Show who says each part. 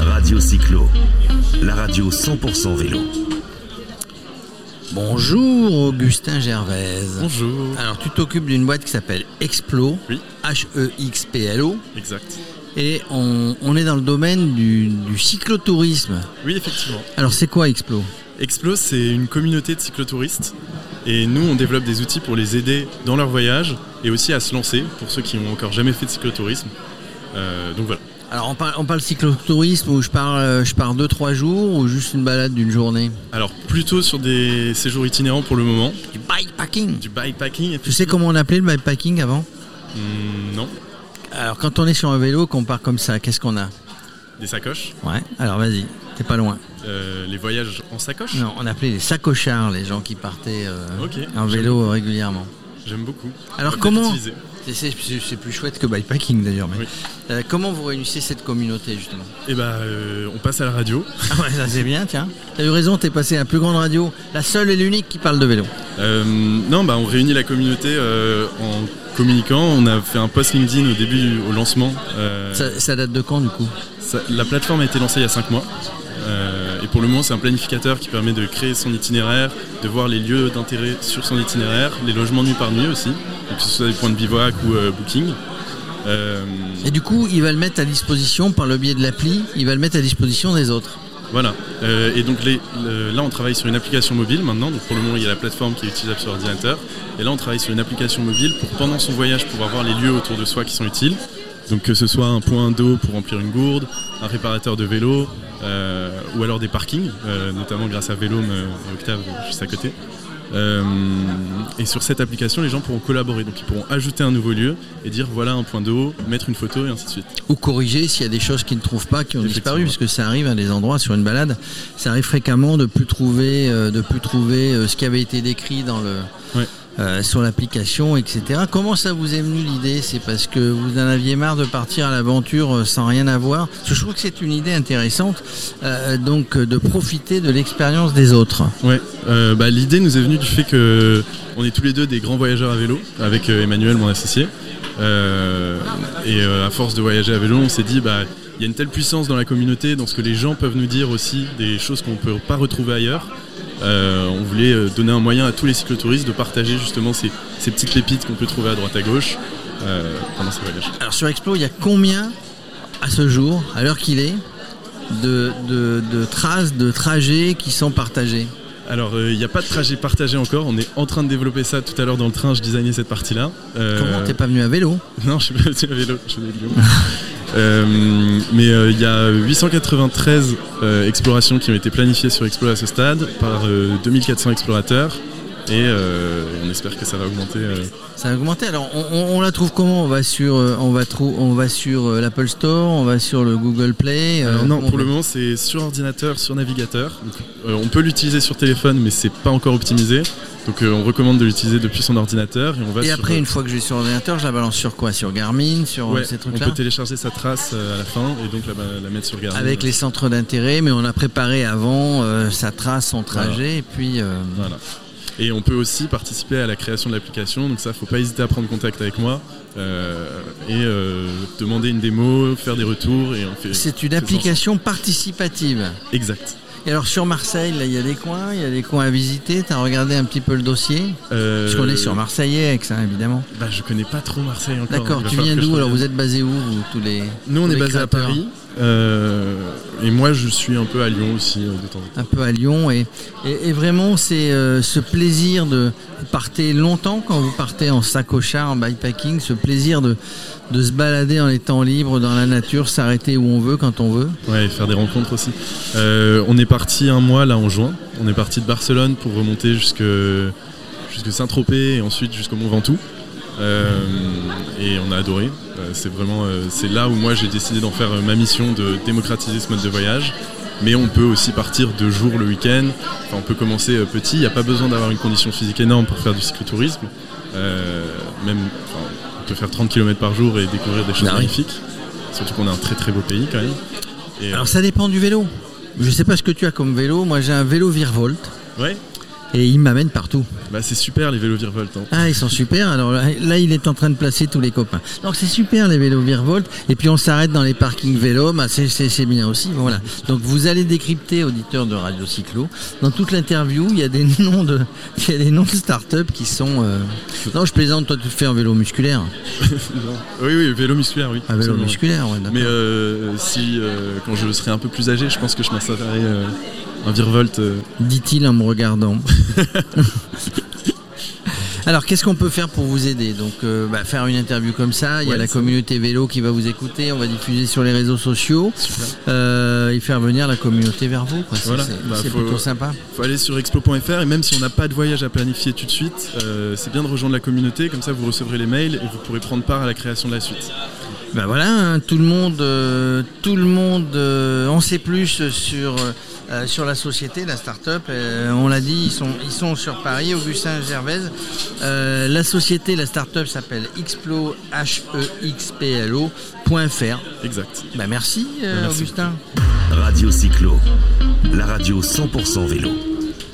Speaker 1: Radio Cyclo, la radio 100% vélo.
Speaker 2: Bonjour Augustin Gervaise.
Speaker 3: Bonjour.
Speaker 2: Alors tu t'occupes d'une boîte qui s'appelle Explo, E
Speaker 3: Oui.
Speaker 2: H-E-X-P-L-O,
Speaker 3: Exact.
Speaker 2: et on, on est dans le domaine du, du cyclotourisme.
Speaker 3: Oui, effectivement.
Speaker 2: Alors c'est quoi Explo
Speaker 3: Explo, c'est une communauté de cyclotouristes. Et nous, on développe des outils pour les aider dans leur voyage et aussi à se lancer pour ceux qui n'ont encore jamais fait de cyclotourisme. Euh, donc voilà.
Speaker 2: Alors on parle, on parle cyclotourisme où je pars, euh, je pars 2-3 jours ou juste une balade d'une journée
Speaker 3: Alors, plutôt sur des séjours itinérants pour le moment,
Speaker 2: Du bikepacking
Speaker 3: du bikepacking.
Speaker 2: Tu sais comment on appelait le bikepacking avant
Speaker 3: Hmm, non,
Speaker 2: Alors quand on est sur un vélo, qu'on part comme ça, qu'est-ce qu'on a
Speaker 3: des sacoches.
Speaker 2: Ouais, alors vas-y, t'es pas loin.
Speaker 3: Euh, les voyages en sacoche.
Speaker 2: Non, on appelait les sacochards les gens qui partaient euh,
Speaker 3: Ok.
Speaker 2: en vélo régulièrement.
Speaker 3: J'aime beaucoup.
Speaker 2: Alors,
Speaker 3: Peut-être
Speaker 2: comment-
Speaker 3: utiliser.
Speaker 2: C'est- C'est c'est plus chouette que bikepacking d'ailleurs. Mais
Speaker 3: Oui.
Speaker 2: Euh, comment vous réunissez cette communauté justement
Speaker 3: Eh ben, euh, on passe à la radio.
Speaker 2: Ah ouais, ça c'est bien, tiens. T'as eu raison, t'es passé à la plus grande radio, la seule et l'unique qui parle de vélo.
Speaker 3: Euh, non, bah, on réunit la communauté euh, en communiquant. On a fait un post LinkedIn au début, du- au lancement. Euh,
Speaker 2: Ça, ça date de quand du coup
Speaker 3: ça- la plateforme a été lancée il y a 5 mois. Euh, et pour le moment, c'est un planificateur qui permet de créer son itinéraire, de voir les lieux d'intérêt sur son itinéraire, les logements nuit par nuit aussi, que ce soit des points de bivouac ou euh, booking. Euh,
Speaker 2: Et du coup, il va le mettre à disposition par le biais de l'appli, il va le mettre à disposition des autres.
Speaker 3: Voilà. Euh, et donc les- le- là, on travaille sur une application mobile maintenant. Donc pour le moment, il y a la plateforme qui est utilisable sur ordinateur. Et là, on travaille sur une application mobile pour pendant son voyage pouvoir voir les lieux autour de soi qui sont utiles. Donc que ce soit un point d'eau pour remplir une gourde, un réparateur de vélo, euh, ou alors des parkings, euh, notamment grâce à Vélome euh, et Octave euh, juste à côté. Euh, et sur cette application, les gens pourront collaborer, donc ils pourront ajouter un nouveau lieu et dire voilà un point d'eau, mettre une photo et ainsi de suite.
Speaker 2: Ou corriger s'il y a des choses qu'ils ne trouvent pas, qui ont disparu,
Speaker 3: Effectivement.
Speaker 2: parce que ça arrive à des endroits sur une balade, ça arrive fréquemment de plus trouver, euh, de plus trouver euh, ce qui avait été décrit dans le.
Speaker 3: Ouais.
Speaker 2: euh, sur l'application, etc. Comment ça vous est venu l'idée C'est parce que vous en aviez marre de partir à l'aventure euh, sans rien avoir Parce que je trouve que c'est une idée intéressante, euh, donc euh, de profiter de l'expérience des autres.
Speaker 3: Ouais, euh, bah, l'idée nous est venue du fait que on est tous les deux des grands voyageurs à vélo avec euh, Emmanuel, mon associé. Euh, et euh, à force de voyager à vélo, on s'est dit bah il y a une telle puissance dans la communauté, dans ce que les gens peuvent nous dire aussi, des choses qu'on peut pas retrouver ailleurs. Euh, on voulait euh, donner un moyen à tous les cyclotouristes de partager justement ces, ces petites pépites qu'on peut trouver à droite à gauche euh, pendant ces voyages.
Speaker 2: Alors sur Explo, il y a combien à ce jour, à l'heure qu'il est, de, de- de traces, de trajets qui sont partagés
Speaker 3: Alors, euh, il n'y a pas de trajet partagé encore. On est en train de développer ça tout à l'heure dans le train. Je designais cette partie-là. Euh,
Speaker 2: Comment t'es pas venu à vélo
Speaker 3: Non, je suis pas venu à vélo, je venais de Lyon. Euh, mais euh, il y a 893 euh, explorations qui ont été planifiées sur Explo à ce stade par euh, 2400 explorateurs. Et euh, on espère que ça va augmenter. euh.
Speaker 2: Ça a augmenté. Alors, on, on- on la trouve comment On va sur, euh, on va trou- on va sur euh, l'Apple Store, on va sur le Google Play. euh,
Speaker 3: Alors non,
Speaker 2: on-
Speaker 3: pour le moment c'est sur ordinateur, sur navigateur. Donc, euh, on peut l'utiliser sur téléphone, mais c'est pas encore optimisé. Donc euh, on recommande de l'utiliser depuis son ordinateur et on va
Speaker 2: Et
Speaker 3: sur- euh,
Speaker 2: après, une fois que je vais sur l'ordinateur, je la balance sur quoi Sur Garmin, sur euh,
Speaker 3: Ouais,
Speaker 2: ces
Speaker 3: on
Speaker 2: trucs-là
Speaker 3: peut télécharger sa trace euh, à la fin et donc la, la mettre sur Garmin.
Speaker 2: Avec les centres d'intérêt, mais on a préparé avant euh, sa trace, son trajet,
Speaker 3: Voilà.
Speaker 2: et puis. euh,
Speaker 3: Voilà. Et on peut aussi participer à la création de l'application, donc ça, faut pas hésiter à prendre contact avec moi euh, et euh, demander une démo, faire des retours et on fait.
Speaker 2: C'est une application participative.
Speaker 3: Exact.
Speaker 2: Et alors sur Marseille, là, il y a des coins, il y a des coins à visiter. T'as regardé un petit peu le dossier
Speaker 3: Euh,
Speaker 2: Parce qu'on est sur Marseillais, avec ça, évidemment.
Speaker 3: Bah, je connais pas trop Marseille encore.
Speaker 2: D'accord.
Speaker 3: Il va
Speaker 2: Tu
Speaker 3: falloir
Speaker 2: viens
Speaker 3: que je
Speaker 2: d'où Alors,
Speaker 3: revienne.
Speaker 2: vous êtes basé où, vous, tous les
Speaker 3: Nous, on
Speaker 2: tous
Speaker 3: est
Speaker 2: les
Speaker 3: basé à
Speaker 2: créateurs
Speaker 3: Paris euh, et moi, je suis un peu à Lyon aussi euh, de temps en temps.
Speaker 2: un peu à Lyon et, et, et vraiment c'est euh, ce plaisir de vous partez longtemps quand vous partez en sacochard en bikepacking ce plaisir de, de se balader en étant libre dans la nature s'arrêter où on veut quand on veut
Speaker 3: Ouais, et faire des rencontres aussi. Euh, on est parti un mois là en juin. On est parti de Barcelone pour remonter jusque jusque Saint-Tropez et ensuite jusqu'au Mont Ventoux. Euh, et on a adoré. Euh, c'est vraiment euh, c'est là où moi j'ai décidé d'en faire euh, ma mission de démocratiser ce mode de voyage. Mais on peut aussi partir deux jours le week-end. Enfin, on peut commencer euh, petit. Il n'y a pas besoin d'avoir une condition physique énorme pour faire du cyclotourisme. Euh, même, enfin, on peut faire 30 km par jour et découvrir des choses
Speaker 2: Ah oui.
Speaker 3: magnifiques. Surtout qu'on a un très très beau pays quand même. Et, euh,
Speaker 2: alors ça dépend du vélo je sais pas ce que tu as comme vélo moi j'ai un vélo Virvolt
Speaker 3: Ouais,
Speaker 2: Et il m'amène partout.
Speaker 3: Bah, c'est super les vélos virevoltes. hein.
Speaker 2: Ah, ils sont super. Alors là, là, il est en train de placer tous les copains. Donc c'est super les vélos virevoltes. Et puis on s'arrête dans les parkings vélos. Bah, c'est- c'est c'est bien aussi. Voilà. Donc vous allez décrypter, auditeurs de Radio Cyclo. Dans toute l'interview, il y a des noms de, il y a des noms de start-up qui sont. euh, Non, je plaisante. Toi, tu te fais un vélo musculaire.
Speaker 3: Oui, oui, vélo musculaire, oui.
Speaker 2: Un Ah, vélo
Speaker 3: absolument.
Speaker 2: musculaire. Ouais, d'accord.
Speaker 3: Mais euh, si, euh, quand je serai un peu plus âgé, je pense que je m'insérerai euh, un virevolte. euh.
Speaker 2: Dit-il en me regardant. Alors, qu'est-ce qu'on peut faire pour vous aider Donc, euh, bah, faire une interview comme ça. Il y a
Speaker 3: Ouais,
Speaker 2: la
Speaker 3: c'est-
Speaker 2: communauté vélo qui va vous écouter. On va diffuser sur les réseaux sociaux.
Speaker 3: Super.
Speaker 2: Euh, et faire venir la communauté vers vous. quoi. C'est
Speaker 3: Voilà.
Speaker 2: c'est-
Speaker 3: Bah,
Speaker 2: c'est
Speaker 3: faut-
Speaker 2: plutôt sympa.
Speaker 3: faut aller sur expo.fr et même si on n'a pas de voyage à planifier tout de suite, euh, c'est bien de rejoindre la communauté, comme ça vous recevrez les mails et vous pourrez prendre part à la création de la suite.
Speaker 2: Ben voilà, hein, tout le monde, euh, tout le monde, euh, on sait plus sur euh, sur la société, la start-up. euh, on l'a dit, ils sont ils sont sur Paris, Augustin Gervais. Euh, la société, la start-up s'appelle Xplo H E X P L O point fr.
Speaker 3: Exact.
Speaker 2: Ben merci, euh,
Speaker 3: Merci.
Speaker 2: Augustin.
Speaker 1: Radio Cyclo, la radio 100% vélo.